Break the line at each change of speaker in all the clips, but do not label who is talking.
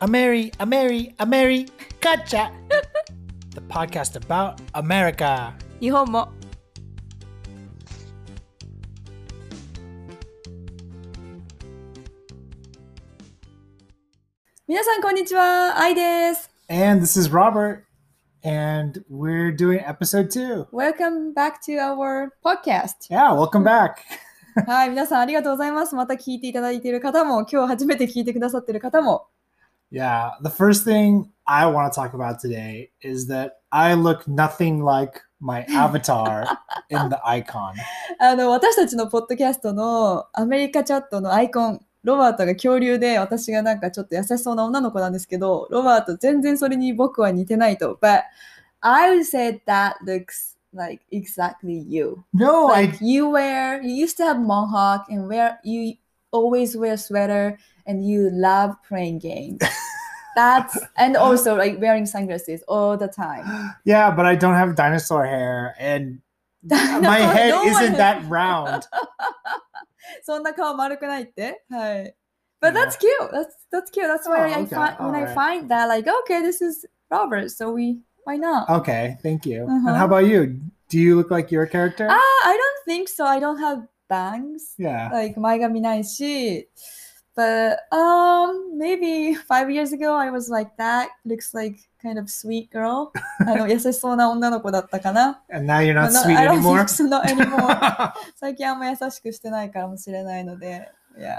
Ameri, Ameri, Ameri, Gotcha! the podcast about America.
日本も皆さんこんにちはアイです
And this is Robert, and we're doing episode two.
Welcome back to our podcast
Yeah, welcome back.
はい皆さんありがとうございますまた聞いていただいている方も今日初めて聞いてくださっている方も
Yeah, the first thing I want to talk about today is that I look nothing like my avatar in the icon.
あの私たちのポッドキャストのアメリカチャットのアイコンロバートが恐竜で私がなんかちょっと優しそうな女の子なんですけどロバート全然それに僕は似てないと But I would say that looks like exactly you
No,
Like
I.
you wear you used to have mohawk and wear you always wear sweater and you love playing games That's and also like wearing sunglasses all the time
Yeah, but I don't have dinosaur hair, and my
Dinosaur-
head
no one-
isn't that round.
そんな顔丸くないってはい。
Yeah.
But that's cute. That's that's cute. That's why
Oh,
I
okay.
find when I
Alright.
find that like oh, okay, this is Robert, so we why not?
Okay, thank you. And
Uh-huh.
how about you? Do you look like your character?
Ah, I don't think so. I don't have bangs.
yeah.
Like 前髪ないし。But um maybe five years ago I was like that. Looks like kind of sweet girl. あ の優しそうな女の子だったかな。
And now you're not
No,
sweet
I don't
anymore.
think so, not anymore.
okay.
最近あんま優しくしてないかもしれないので。Yeah.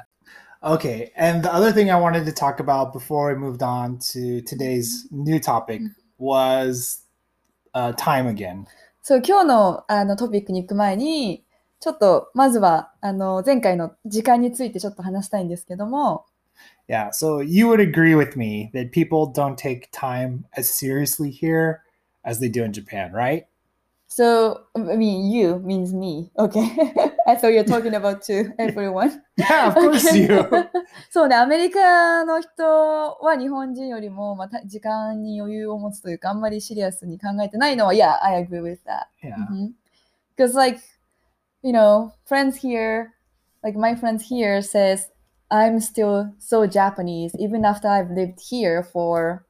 And the other thing I wanted to talk about before we moved on to today's
Mm-hmm.
new topic was uh, time again.
そう、今日のあのトピックに行く前に、ちょっとまずはあの前回の時間についてちょっと話したいんですけども、
Yeah. So you would agree with me that people don't take time as seriously here as they do in Japan, right?
So, I mean, you means me. Okay. I thought you were talking about to everyone.
Yeah, of course you.
そうね、アメリカの人は日本人よりも、まあ、た時間に余裕を持つというか、あんまりシリアスに考えてないのは、Yeah, I agree with that.
Yeah.
Because like, you know, friends here, like my friends here says, I'm still so Japanese even after I've lived here for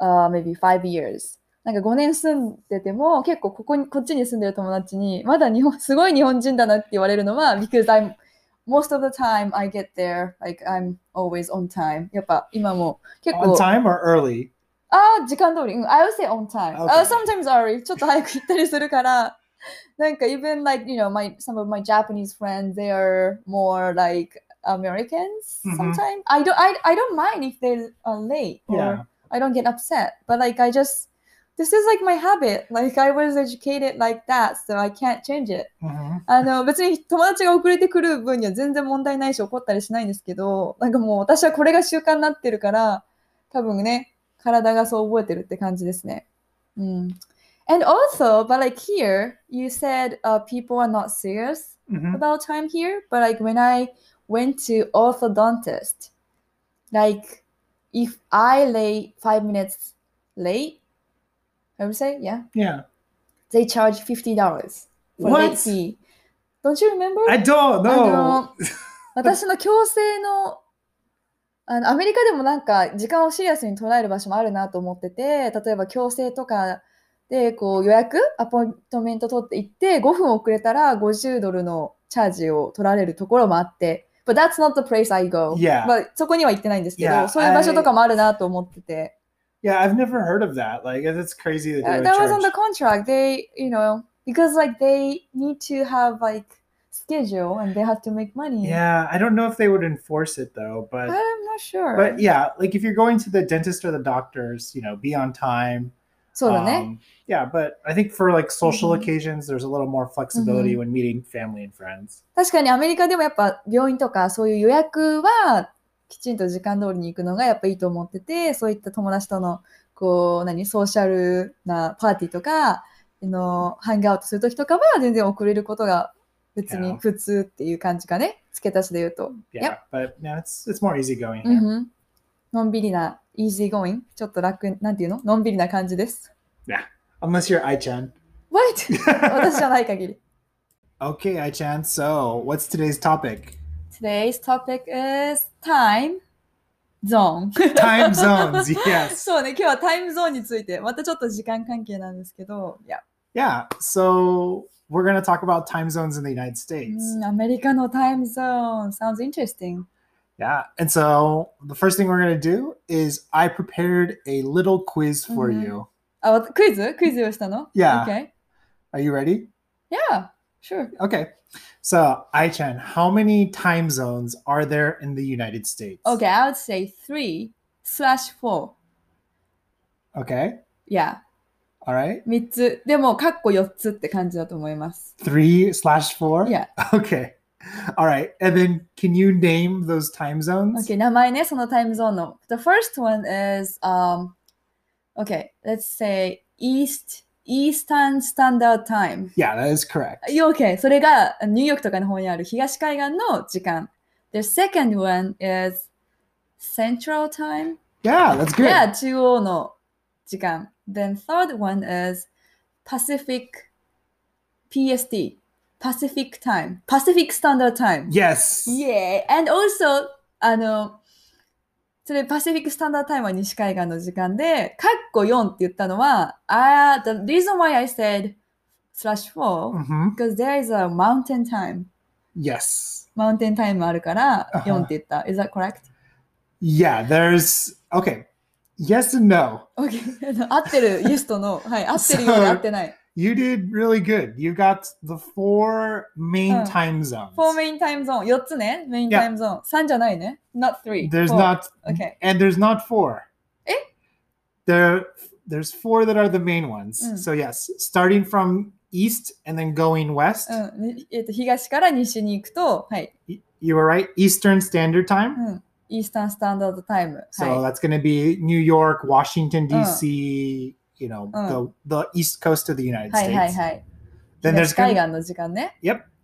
uh, maybe five years. なんか5年住んでても結構ここにこっちに住んでる友達にまだ日本すごい日本人だなって言われるのは because I'm most of the time I get there like I'm always on time やっぱ今も結構
On time or early?
ああ、時間通り。うん I would say on time.
Okay.
あ sometimes early. ちょっと早く行ったりするから、なんか even like, you know, my, some of my Japanese friends, they are more like Americans
Mhm.
sometimes. I, don't, I, I don't mind if they are late or
Yeah.
I don't get upset. But like, I just, this is like my habit. Like, I was educated like that, so I can't change it.
Mhm.
あの別に友達が遅れてくる分には全然問題ないし怒ったりしないんですけどなんかもう私はこれが習慣になってるから多分ね体がそう覚えてるって感じですね。うん。And also, but like here, you said、uh, people are not serious
Mhm.
about time here, but like when I went to orthodontist, like if I lay five minutes late, I would say, yeah,
Yeah.
they charge fifty dollars for
What?
late fee. Don't you remember?
I don't
あ
know.
の私の強制のあのアメリカでもなんか時間をシリアスに捉える場所もあるなと思ってて例えば強制とかでこう予約アポイントメント取って行って5分遅れたら50ドルのチャージを取られるところもあって But that's not the place I go、
Yeah.
まあ、そこには行ってないんですけど、
Yeah,
そういう場所とかもあるなと思ってて。
Yeah, I've never heard of that. Like, that's crazy that they
Uh,
would
that was on the
charge-
contract. They, you know, because like they need to have like schedule and they have to make money.
Yeah, I don't know if they would enforce it though, but
I'm not sure.
but yeah, like if you're going to the dentist or the doctors, you know, be on time.
そうだね。
Um, yeah, but I think for like social
Mhm.
occasions, there's a little more flexibility when meeting family and friends.
確かにアメリカでもやっぱ病院とかそういう予約はきちんと時間通りに行くのがやっぱいいと思ってて、そういった友達とのこう何ソーシャルなパーティーとか、あのハングアウトするときとかは全然遅れることが別に普通っていう感じかね。付け足しで言うと。
Yeah, but yeah, it's it's more easygoing.
う
here.
んふんのんびりな、イージーゴイン、ちょっと楽、なんていうののんびりな感じです。
Unless you're Ai-chan.
What? 私じゃない限り。
okay, Ai-chan. So, what's today's topic?
Today's topic is time zone.
Time zones, yes.
そうね、今日はタイムゾーンについて、またちょっと時間関係なんですけど、いや、
Yeah, so we're going to talk about time zones in the United
う
States.
んアメリカのタイムゾーン、sounds interesting.
Yeah, and so the first thing we're going to do is I prepared a little quiz for
Mhm.
you.
あ、わクイズクイズをしたの
Yeah.
Okay.
Are you ready?
Yeah, sure.
Okay. So, Ai-chan, how many time zones are there in the United States?
Okay, I would say three slash four.
Okay.
Yeah,
All right.
3つ。でも、かっこ4つって感じだと思います。
Three slash four?
Yeah.
Okay. All right. And then can you name those time zones?
Okay, 名前ね、そのタイムゾーンの。The first one is, um, okay, let's say East, Eastern Standard Time.
Yeah, that is correct.
Okay, それがニューヨークとかの方にある東海岸の時間。The second one is Central Time.
Yeah, that's good.
が中央の時間。Then third one is Pacific PST. Pacific Time. Pacific Standard Time.
Yes.
Yeah. And also, あの、それパシフィックスタンダードタイムは西海岸の時間で、カッコ4って言ったのは、あ the reason why I said slash 4
hmm
because there is a mountain time.
Yes.
マウンテンタイムあるから
あは
4って言った。Is that correct?
Yeah, there's okay. Yes and no.
Okay. 合ってる、イエスと の。はい、合ってるようで
So-
合ってない。
You did really good. You got the four main
Oh.
time zones.
4メインタイムゾーン。4つね。メインタイムゾーン。3じゃないね。not 3.
There's not
Okay.
and there's not four.
Eh?
There there's four that are the main ones.
Mm.
So yes, starting from east and then going west.
うんにえっと、東から西に行くと、はい。
Y- You were right. Eastern Standard Time.
うん。イースタンスタンダードタイム。
So
はい。
that's going to be New York, Washington
Uh.
D.C. You know
Mm.
the the east coast of the United
はい
States.
はいはい。
Then there's
東海
going
岸の時間ね。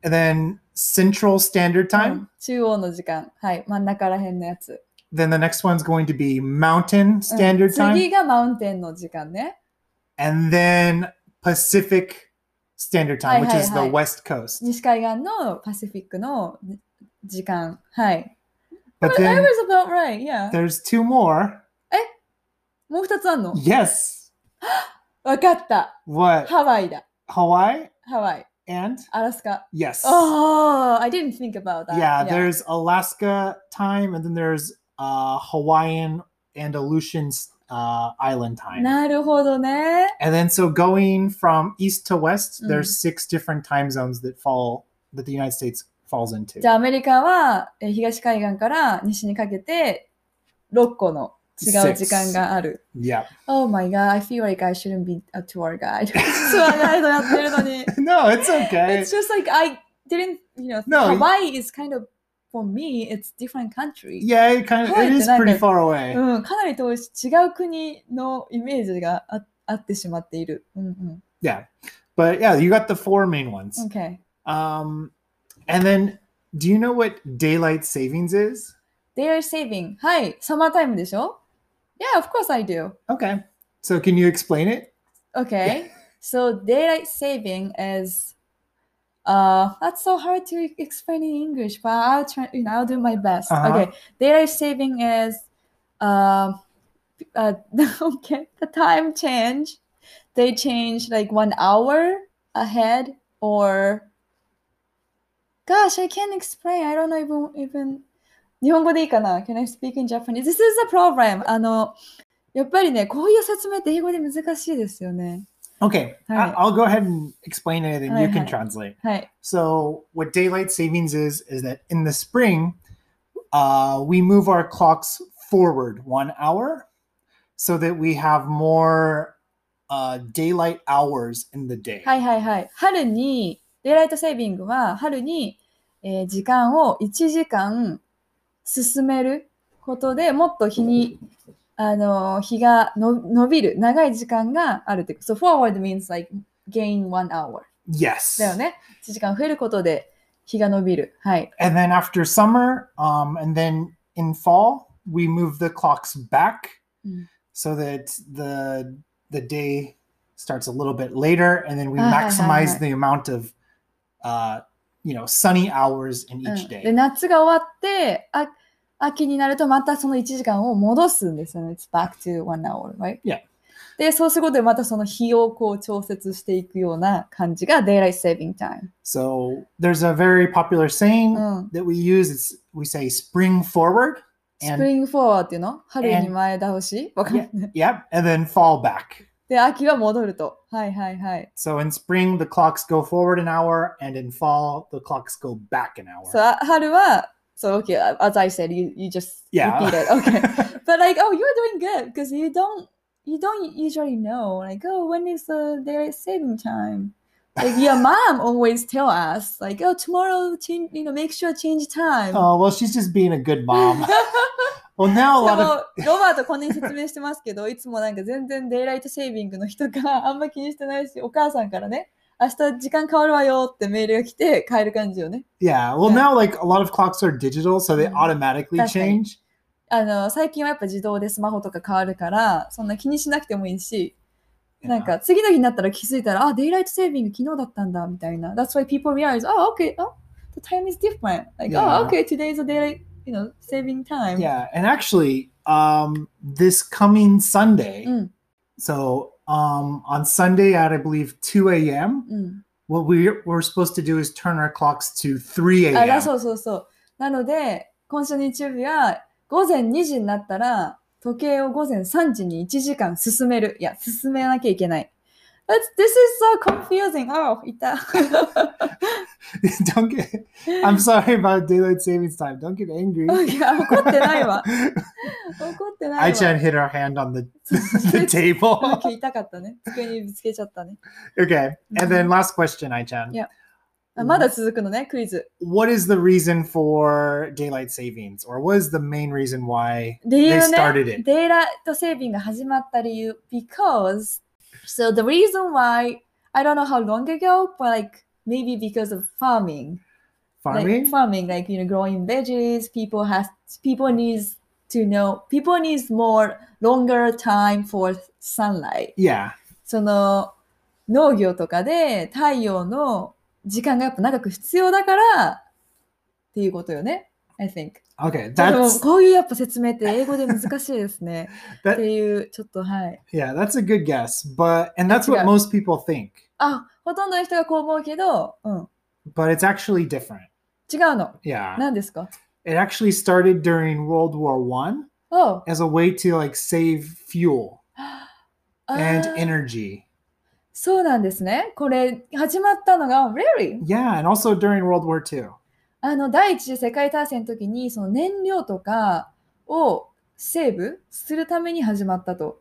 and then Central Standard
う
Time.
ん中央の時間。はい。真ん中らへんのやつ。
Then the next one's going to be Mountain
うん
Standard Time,
次がマウンテンの時間ね。
and then Pacific Standard Time,
Hi,
which
hi,
is
hi.
the West Coast.
西海岸のパシフィックの時間。はい。
But
I
then
was about right, yeah.
there's two more.
もう2つあんの
Yes.
わかった。
What?
ハワイだ。
Hawaii
ハワイ。
and
アラスカ。
yes.
Oh, I didn't think about that.
yeah, there's Alaska time, and then there's uh, Hawaiian and Aleutian uh, island time.
なるほどね。
And then so going from east to west,
Mm.
there's six different time zones that fall that the United States falls into.
じゃあアメリカはえー東海岸から西にかけて6個の違う時間がある。
Yeah.
Oh my god, I feel like I shouldn't be a tour guide. ツア ーガイドやってるのに。
No, it's okay.
It's just like I didn't, you know,
No, you-
Hawaii is kind of, for me, it's different country.
yeah, it kind of
Hawaii
it is
ってなんか-
pretty far away.
うん、かなり遠いし、違う国のイメージがああってしまっている。うんうん。
But yeah, you got the four main ones.
Okay.
Um, and then do you know what daylight savings is?
Daylight saving. はい、サマータイムでしょ Yeah, of course I do.
Okay. So can you explain it?
Okay. so daylight saving is uh that's so hard to explain in English, but I'll try you know, I'll do my best.
Uh-huh.
Okay. Daylight saving is um uh, okay, the time change. They change like one hour ahead or gosh, I can't explain. I don't know even even 日本語でいいかな ?Can I speak in Japanese? This is a problem. あの、やっぱりね、こういう説明って英語で難しいですよね。
Okay, I-
Alright.
I'll go ahead and explain it, and then you can
Alright.
translate.
はい。
So, what daylight savings is is that in the spring, uh, we move our clocks forward one hour, so that we have more uh, daylight hours in the day.
はいはいはい。春に、デイライトセービングは春に、えー時間を1時間進めることでもっと日に、あのー日がの伸びる、長い時間があるってこと。So forward means like gain one hour.
Yes.
だよね。1時間増えることで日が伸びる。はい。
And then after summer, um, and then in fall, we move the clocks back
Mm.
so that the the day starts a little bit later, and then we
Ah, hi, hi,
maximize
hi.
the amount of uh, you know sunny hours in
うん
each
で
day.
夏が終わってあ秋になるとまたその1時間を戻すんですよね。It's back to one hour, right?
Yeah.
で、そうすることでまたその日をこう調節していくような感じが daylight saving time。
So there's a very popular saying
うん。
that we use. It's, we say spring forward and
spring forward っていうの春に前倒しわかんない。
yep, and then fall back.
で、秋は戻ると。はいはいはい。
So in spring, the clocks go forward an hour, and in fall, the clocks go back an hour.
So あ春は、so okay, as I said, you, you just
Yeah.
repeat it. Okay. but like oh you're doing good because you don't you don't usually know like oh when is the daylight saving time like your mom always tell us like oh tomorrow change you know make sure change time
oh well, she's just being a good mom.
で
Well, now a lot of
も ロバートこんなに説明してますけどいつもなんか全然デイライトセービングの人があんま気にしてないしお母さんからね明日時間変わるわよってメールが来て変える感じよね
yeah, well
Yeah.
now like a lot of clocks are digital, so they
Mhm.
automatically
That's right.
change.
あの最近はやっぱ自動でスマホとか変わるからそんな気にしなくてもいいし
Yeah.
なんか次の日になったら気づいたら、あ、デイライトセービング昨日だったんだみたいな。That's why people realize, oh, okay, oh, the time is different. Like,
Yeah.
oh, okay, today is a daylight, you know, saving time.
Yeah, and actually, um, this coming Sunday,
Mm.
so um, on Sunday at I believe two a.m.,
うん。
what we we're supposed to do is turn our clocks to three
あ、だ
a.m.
そうそうそう。なので、今週の日曜日は午前2時になったら、時計を午前3時に1時間進める。いや、進めなきゃいけない。That's, this is so confusing. Oh, いた。
Don't get. I'm sorry about daylight savings time. Don't get angry.
いや、怒ってな いわ。怒ってないわ。
I chan hit our hand on the the
うん
table.
聞いたかったね。机にぶつけちゃったね。
okay, and then
Mhm.
last question, I chan.
Yeah. あまだ続くのね、クイズ。
What is the reason for daylight savings, or what is the main reason why they
理由ね。
started it?
デイライトセービングが始まった理由。Because, so the reason why, I don't know how long ago, but like maybe because of farming. Like
Farming.
farming, like, you know, growing veggies. People has, people needs to know, people needs more longer time for sunlight.
yeah.
その農業とかで太陽の時間がやっぱ長く必要だからっていうことよね。I think.
Okay.
でも
That's
こういうやっぱ説明って英語で難しいです ね。
That-
っていうちょっとはい。
Yeah, that's a good guess, but and that's what
Yeah.
most people think,
あほとんどの人がこう思うけど、うん、
but it's actually different.
違うの。
Yeah,
何ですか
it actually started during World War One
おう
as a way to like save fuel
あ
and
ー
energy.
そうなんですね。これ始まったのが、Really?
Yeah, and also during World War Two.
あの第一次世界大戦の時にその燃料とかをセーブするために始まったと。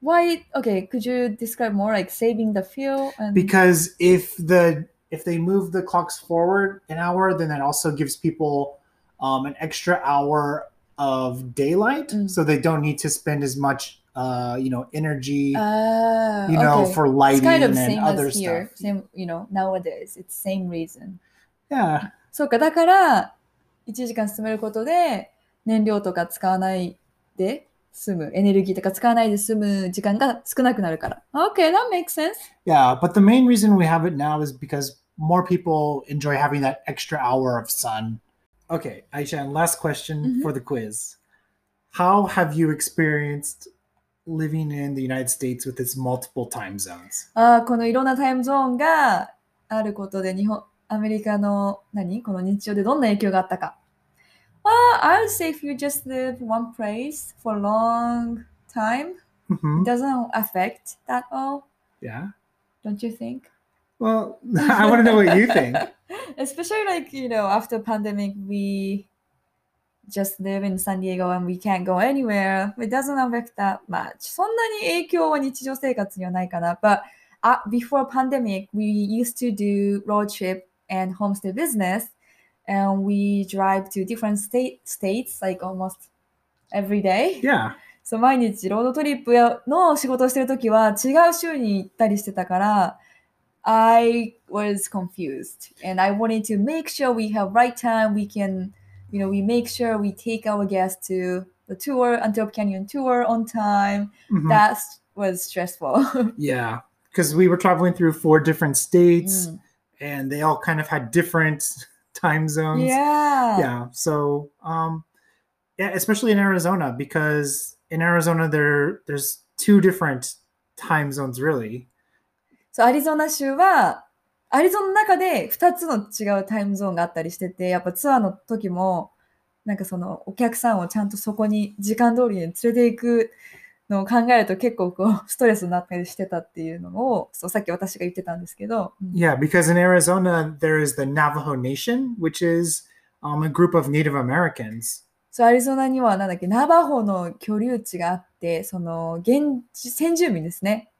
Why? Okay, could you describe more like saving the fuel? And...
Because if the if they move the clocks forward an hour, then that also gives people um, an extra hour of daylight,
Mm.
so they don't need to spend as much, uh, you know, energy,
ああ、
you know,
Uh, okay.
for
It's
lighting
kind of
and
same
other
as
stuff.
here. Same, you know, nowadays. It's same reason.
Yeah.
そうか、だから、1時間進めることで、燃料とか使わないで済む、エネルギーとか使わないで済む時間が少なくなるから。Okay, that makes sense.
Yeah, but the main reason we have it now is because more people enjoy having that extra hour of sun. Okay, Aisha, and last question
Mhm.
for the quiz. How have you experienced living in the United States with its multiple time zones?
ああ、このいろんなタイムゾーンがあることで、日本、アメリカの、何この日常でどんな影響があったか。ああ、I would say if you just live one place for a long time,
Mhm,
it doesn't affect that all,
Yeah.
don't you think?
Well, I want to know what you think.
especially like you know after pandemic we just live in san diego and we can't go anywhere it doesn't affect that much そんなに影響は日常生活にはないかな but、uh, before pandemic we used to do road trip and homestay business and we drive to different state states like almost every day
Yeah.
そう毎日ロードトリップの仕事をしてるときは違う州に行ったりしてたから I was confused and I wanted to make sure we have right time we can you know we make sure we take our guests to the tour Antioch Canyon tour on time
mhm,
that was stressful
Yeah. Because we were traveling through four different states
うん
and
Oh.
they all kind of had different time zones.
Yeah
yeah so um yeah, especially in Arizona because in Arizona there there's two different time zones really.
そう、アリゾナ州は、アリゾナの中で2つの違うタイムゾーンがあったりしてて、やっぱツアーの時も、なんかそのお客さんをちゃんとそこに時間通りに連れていくのを考えると結構こう ストレスになったりしてたっていうのを、そうさっき私が言ってたんですけど、うん
Yeah, because in Arizona there is the Navajo Nation, which is um, a group of Native Americans.
そうアリゾナにはなんだっけ、ナバホの居留地があって、その現地先住民ですね。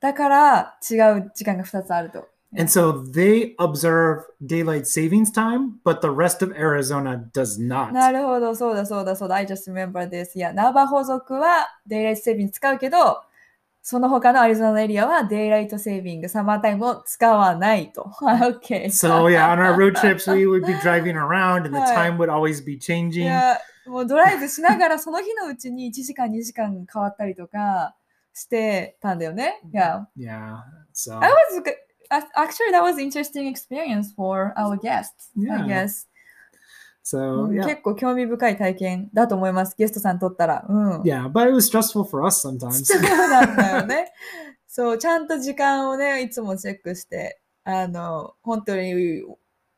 だから違う時間が2つあると。
And so they observe daylight savings time, but the rest of Arizona does not.
なるほど、そうだそうだそうだ。I just remember this. いや、ナバホ族はデイライトセービング使うけど、その他のアリゾナのエリアはデイライトセービング、サマータイムを使わないと。OK。
So yeah, on our road trips we would be driving around and the
Hi.
time would always be changing.
いや、もうドライブしながらその日のうちに1時間、2時間変わったりとかしてたんだよね。いや、
Yeah. So
I was g- actually that was interesting experience for our guests,
Yeah.
I guess. う
so
ん
yeah.
結構興味深い体験だと思います。ゲストさんにとったら。うん。
Yeah, but it was stressful for us sometimes.
そうなんだよね。そう、ちゃんと時間をね、いつもチェックして、あの、本当に、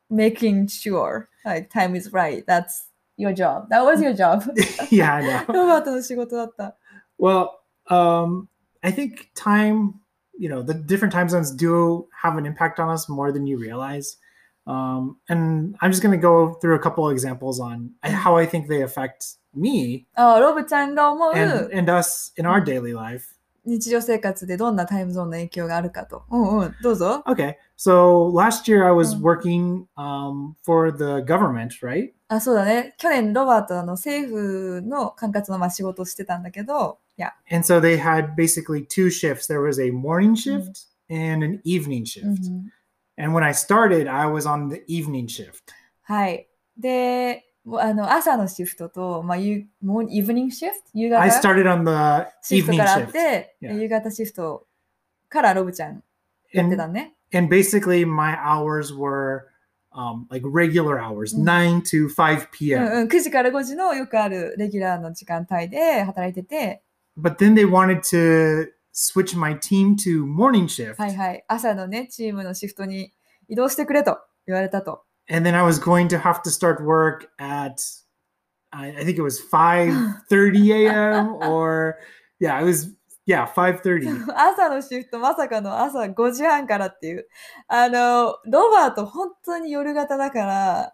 making sure, like, time is right. That's your job. That was your job.
yeah, I know.
ロバートの仕事だった。
Well, um, I think time, you know, the different time zones do have an impact on us more than you realize. Um, and I'm just going to go through a couple examples on how I think they affect me
あロブちゃんが思
and,
う
and us in our daily life.
日常生活でどんなタイムゾーンの影響があるかと。うんうん、どうぞ。
Okay. So last year I was
Mm.
working um, for the government, right?
あ、そうだね。去年、ロバートはあの政府の管轄のまあ仕事をしてたんだけど、いや、
And so they had basically two shifts there was a morning shift and an evening shift.
うん、
And when I started, I was on the evening shift.
はい。で、もうあの朝のシフトと、まあ、ゆもうイブニングシフト夕
I
方
started on the
シフト
evening
からあっ
shift.
て、
Yeah.
夕方シフトからロブちゃんやってた
And,
ね。
and basically, my hours were um, like regular hours,
Mm.
9
Uh-huh.
to 5
う
p.m.
んうん、9時から5時のよくあるレギュラーの時間帯で働いてて、
But then they wanted to switch my team to morning shift.
はいはい、朝のね、チームのシフトに移動してくれと言われたと。
And then I was going to have to start work at, I, I think it was 5.30 a.m. or, yeah, it was, yeah, 5.30.
朝のシフト、まさかの朝5時半からっていう。あの、ロバート、本当に夜型だから、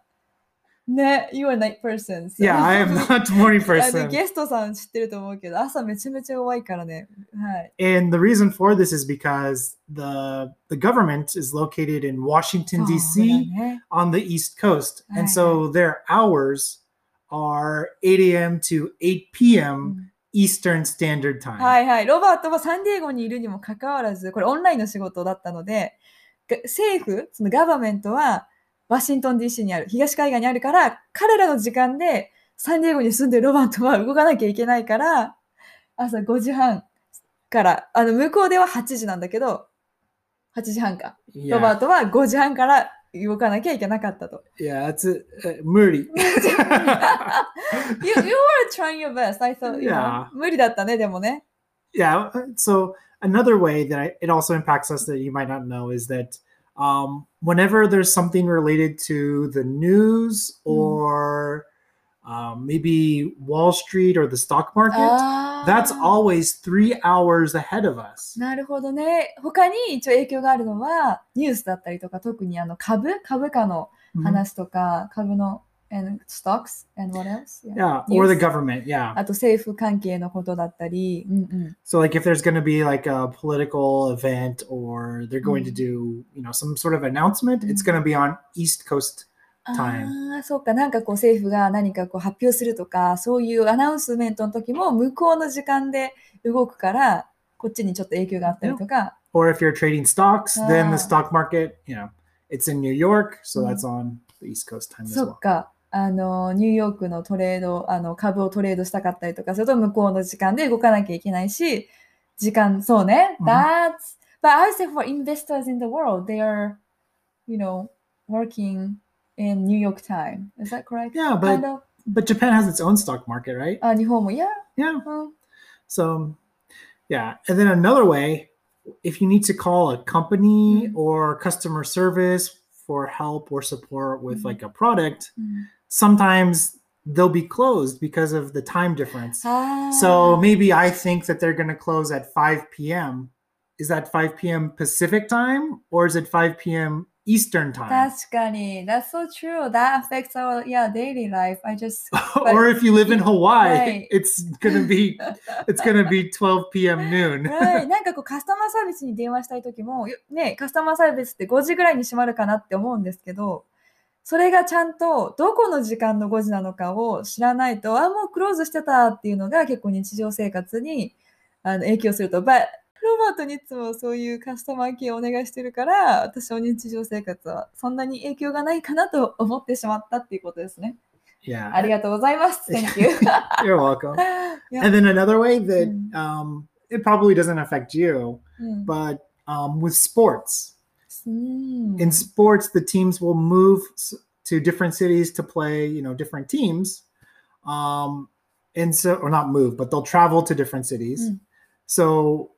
ね、you are night person. so-
Yeah, I am not a morning
あ
person.
のゲストさん知ってると思うけど、朝めちゃめちゃ弱いからね。はい。
And the reason for this is because the the government is located in Washington
そうだ
D.C.
ね
on the East Coast,
Oh, Right.
and so their hours are 8 a.m. to 8
Mm-hmm.
p.m. Eastern Standard
うん
Time.
はいはい。ロバートはサンディエゴにいるにもかかわらず、これオンラインの仕事だったので、が政府、そのガバメントはワシントン DC にある、東海岸にあるから、彼らの時間でサンディエゴに住んでるロバートは動かなきゃいけないから、朝5時半から、あの、向こうでは8時なんだけど、8時半か。
Yeah,
ロバートは5時半から動かなきゃいけなかったと。
yeah, that's it. Uh, Moody.
you, you were trying your best. I thought, you know,
Yeah.
無理だったね、でもね。
yeah. So another way that I, it also impacts us that you might not know is that um, whenever there's something related to the news or um, maybe Wall Street or the stock market.
あー
that's always three hours ahead of us.
なるほどね。他に一応影響があるのは、ニュースだったりとか、特にあの株株価の
Mhm.
話とか、株の and stocks and what else? Yeah.
Yeah, or the
News.
government. Yeah.
あと政府関係のことだったり、うんうん、
So, like, if there's going to be like a political event or they're going to do, you know, some sort of announcement, it's going to be on East Coast.
あ
Time.
あ、そうか、なんかこう政府が何かこう発表するとか、そういうアナウンスメントの時も向こうの時間で動くから、こっちにちょっと影響があったりとか、
Or if you're trading stocks, then
Ah.
the stock market, you know, it's in New York. So
Mm.
that's on the East Coast time as
そっ
well.
か、あの、ニューヨークのトレード、あの、株をトレードしたかったりとかすると、向こうの時間で動かなきゃいけないし、時間、そうね。
うん
That's, but I would say for investors in the world, they are, you know, working in New York time. Is that correct?
Yeah,
Kind
but
of.
but Japan has its own stock market, right?
あ、日本も、yeah,
Yeah.
うん、
So, yeah. And then another way, if you need to call a company
Mhm.
or customer service for help or support with
Mhm.
like a product,
うん。
sometimes they'll be closed because of the time difference.
あー
So maybe I think that they're going to close at 5 p.m. Is that 5 p.m. Pacific time or is it 5 p.m. Eastern time?
確かに。That's so true. That affects our yeah, daily life. I just.
or if you live in Hawaii,
Right.
it's going to be it's going to be 12 p.m. noon.
right. なんかこうカスタマーサービスに電話したい時もよねカスタマーサービスって5時ぐらいに閉まるかなって思うんですけどそれがちゃんとどこの時間の5時なのかを知らないとあもうクローズしてたっていうのが結構日常生活にあの影響すると。But ロバートにいつもそういうカスタマー系をお願いしてるから私の日常生活はそんなに影響がないかなと思ってしまったっていうことですね。
yeah.
ありがとうございます。Thank you.
You're welcome.
Yeah.
And then another way that
Mm.
um, it probably doesn't affect you,
うん、
but um, with sports,
うん、
in sports, the teams will move s- to different cities to play, you know, different teams. Um, and so, or not move, but they'll travel to different cities.
Mm.
So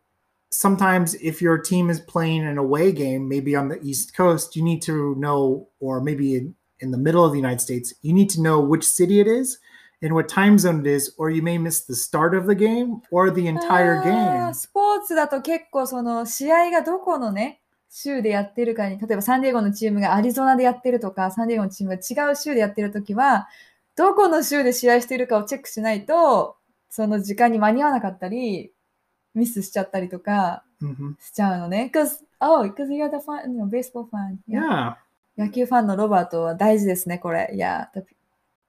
sometimes if your team is playing an away game, maybe on the East Coast, you need to know, or maybe in, in the middle of the United States, you need to know which city it is and what time zone it is, or you may miss the start of the game or the entire
あー
game.
スポーツだと結構その試合がどこのね州でやってるかに例えばサンディエゴのチームがアリゾナでやってるとかサンディエゴのチームが違う州でやってるときはどこの州で試合してるかをチェックしないとその時間に間に合わなかったりミスしちゃったりとか
Mhm.
しちゃうのね。Cause, oh, because you're the fan, you know, baseball fan.
yeah.
野球ファンのロバートは大事ですね、これ。いや、だ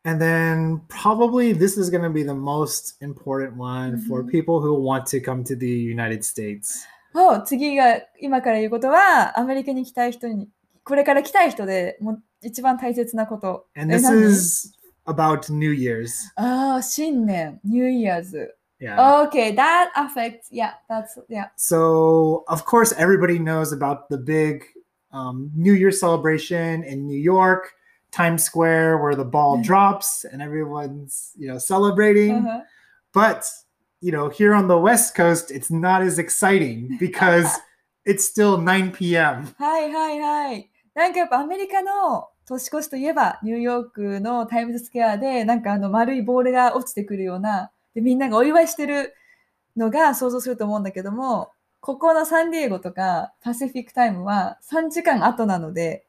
And then probably this is going to be the most important one for
Mhm.
people who want to come to the United States.
を次が今から言うことはアメリカに来たい人にこれから来たい人でもう一番大切なこと
And
え
this
何
is about New Year's.
ああ新年 New Year's
Yeah.
OK that affects yeah that's yeah
So, of course, everybody knows about the big um, New Year celebration in New York, Times Square, where the ball
Mhm.
drops and everyone's, you know, celebrating.
Uh-huh.
But, you know, here on the West Coast, it's not as exciting because it's still 9 p.m.
はいはいはいなんかやっぱアメリカの年越しといえばニューヨークのタイムズスクエアでなんかあの丸いボールが落ちてくるようなでみんながお祝いしてるのが想像すると思うんだけどもここのサンディエゴとかパシフィックタイムは3時間後なので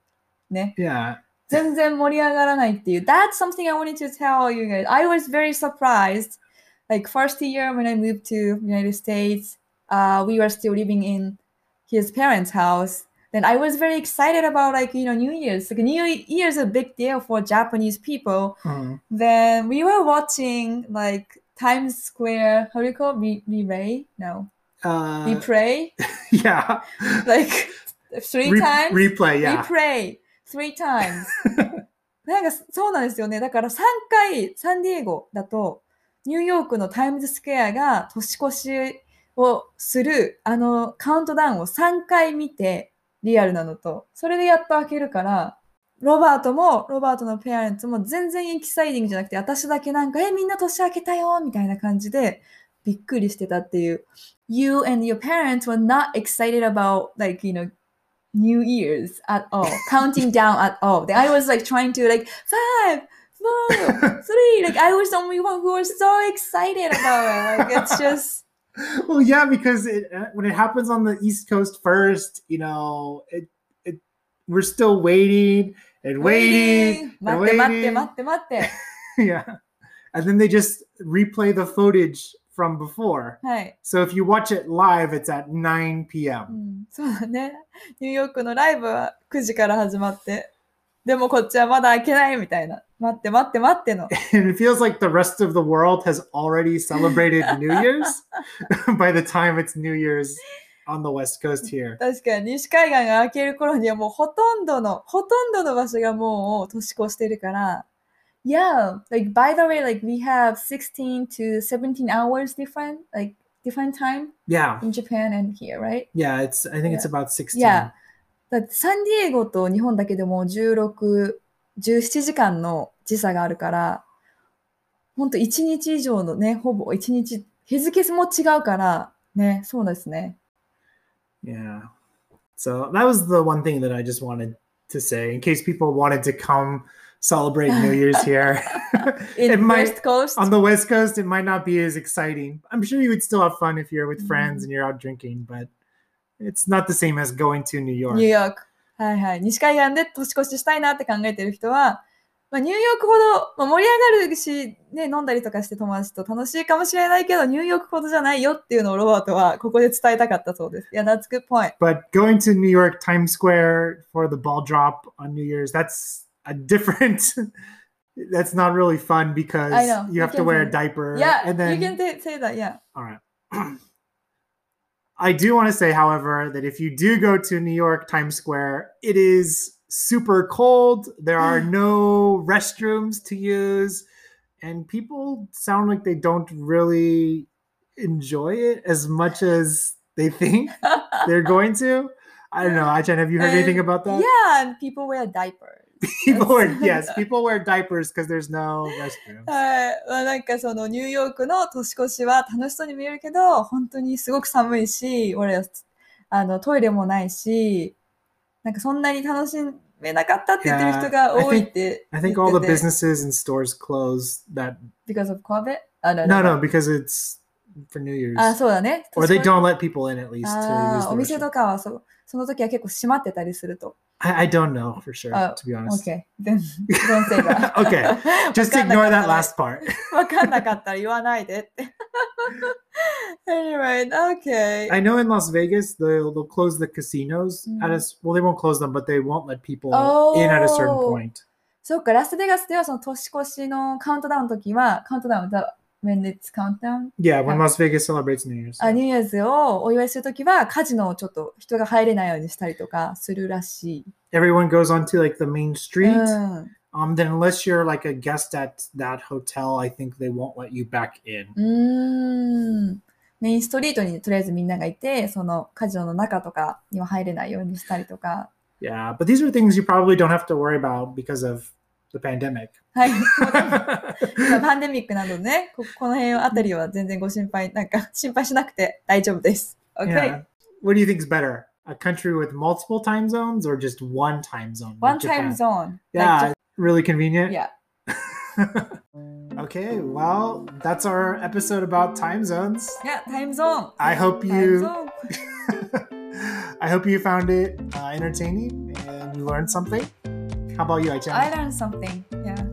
ね
Yeah.
全然盛り上がらないっていう。That's something I wanted to tell you guys. I was very surprised. Like first year when I moved to United States, uh, we were still living in his parents' house. Then I was very excited about like you know New Year's. Like New Year's is a big deal for Japanese people.
Mhm.
Then we were watching like Times Square. How do you call it? Re- relay? No,
Uh,
repray.
yeah.
Like three
Re-
times.
Replay,
We
yeah.
pray three times. なんかそうなんですよね。だから3回サンディエゴだとニューヨークのタイムズスクエアが年越しをするあのカウントダウンを3回見てリアルなのとそれでやっと開けるからロバートもロバートのペアレンツも全然エキサイティングじゃなくて私だけなんかえみんな年明けたよみたいな感じでびっくりしてたっていう You and your parents were not excited about like you know New Year's at all, counting down at all. Then I was like trying to like five, four, three. Like I was the only one who was so excited about it. Like it's just
well, yeah, because it, uh, when it happens on the East Coast first, you know, it, it we're still waiting and waiting,
waiting. 待って待って待って待って。
yeah, and then they just replay the footage from before.
はい。
So if you watch it live, it's at 9
う
p.m.
ん、そうだね。ニューヨークのライブは9時から始まって。でもこっちはまだ開けないみたいな。待って待って待っての。
and it feels like the rest of the world has already celebrated New Year's by the time it's New Year's on the West Coast here.
確かに西海岸が開ける頃にはもうほとんどのほとんどの場所がもう年越してるから。Yeah, like by the way, like we have 16 to 17 hours different, like different time
Yeah,
in Japan and here, right?
yeah, it's I think it's
Yeah.
about 16.
Yeah. だってサンディエゴと日本だけでも16、17時間の時差があるから、本当一日以上のね、ほぼ一日、日付も違うから、ね、そうですね。
Yeah. So that was the one thing that I just wanted to say in case people wanted to come celebrate New Year's here.
In
it might
West Coast?
on the West Coast it might not be as exciting. I'm sure you would still have fun if you're with
Mm-hmm.
friends and you're out drinking, but it's not the same as going to New York.
ニューヨーク。はいはい。西海岸で年越ししたいなって考えてる人は、まあ、ニューヨークほど、まあ、盛り上がるし、ね、飲んだりとかして友達と楽しいかもしれないけど、ニューヨークほどじゃないよっていうのをロバートはここで伝えたかったそうです。いや、that's good point.
But going to New York Times Square for the ball drop on New Year's, that's a different that's not really fun
I
because
know.
you have to
You can
wear
do-
a diaper
Yeah,
and then
you can t- say that, yeah.
All right. I do want to say, however, that if you do go to New York Times Square, it is super cold. There are no restrooms to use, and people sound like they don't really enjoy it as much as they think they're going to. I don't know, Ajahn, have you heard anything
And-
about that?
Yeah, and people wear diapers.
people wear yes, people wear diapers because there's no restrooms.
はい、まあ、なんかそのニューヨークの年越しは楽しそうに見えるけど本当にすごく寒いし俺はあのトイレもないしなんかそんなに楽しめなかったって言ってる人が多いって
I
言ってて
think all the businesses and stores close that
because of COVID? あ
No, no, because it's for New Year's.
あそうだね
or they don't let people in at least to
あ
use
ーお
the
店
restroom.
とかはそうその時は結構閉まってたりすると
I, I don't know for sure,
Oh,
to be honest.
OK then don't say that
Okay. Just
わかん
ignore
なかった
that last part.
わかんなかったら言わないでって anyway OK
I know in Las Vegas they'll they'll close the casinos at
Mhm.
us. Well, they won't close them, but they won't let people
Oh.
in at a certain point.
そっか、ラスベガスではその年越しのカウントダウンの時は、カウントダウンだ、メンデッツカウントダウン
Yeah, when
Yeah.
Las Vegas celebrates New Year's.
あ、ニューイヤーズをお祝いする時は、カジノをちょっと人が入れないようにしたりとかするらし
Everyone goes onto like the main
い。
street.
うん。
Um, then unless you're like a guest at that hotel, I think they won't let you back in.
うーん。メインストリートにとりあえずみんながいて、そのカジノの中とかには入れないようにしたりとか。
Yeah, but these are things you probably don't have to worry about because of the pandemic.
はい。 パンデミックなどね、ここの辺あたりは全然ご心配、な んか心配しなくて大丈夫です。OK。
Yeah. What do you think is better? A country with multiple time zones or just one time zone? like
One time
Japan?
zone.
Yeah,
Like,
really convenient.
yeah.
Okay, well, that's our episode about time zones.
Yeah, time zone.
I hope
Time
you
zone.
I hope you found it uh, entertaining and you learned something. How about you,
I
Aichan?
learned something. Yeah.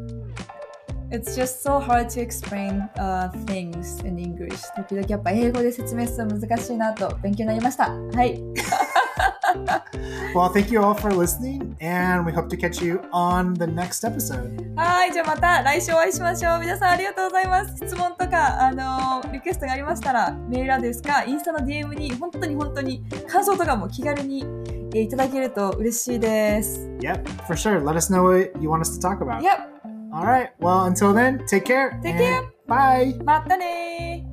It's just so hard to explain uh, things in English. 時々やっぱ英語で説明するの難しいなと勉強になりました。はい。
Well, thank you all for listening and we hope to catch you on the next episode.
はい。じゃあまた来週お会いしましょう。皆さんありがとうございます。質問とか、あのーリクエストがありましたら、メールアドレスか、インスタの DM に本当に本当に感想とかも気軽に、えーいただけると嬉しいです。
Yep, for sure. Let us know what you want us to talk about.
Yep!
All right. Well, until then, take care.
Take
and
care.
Bye.
またねー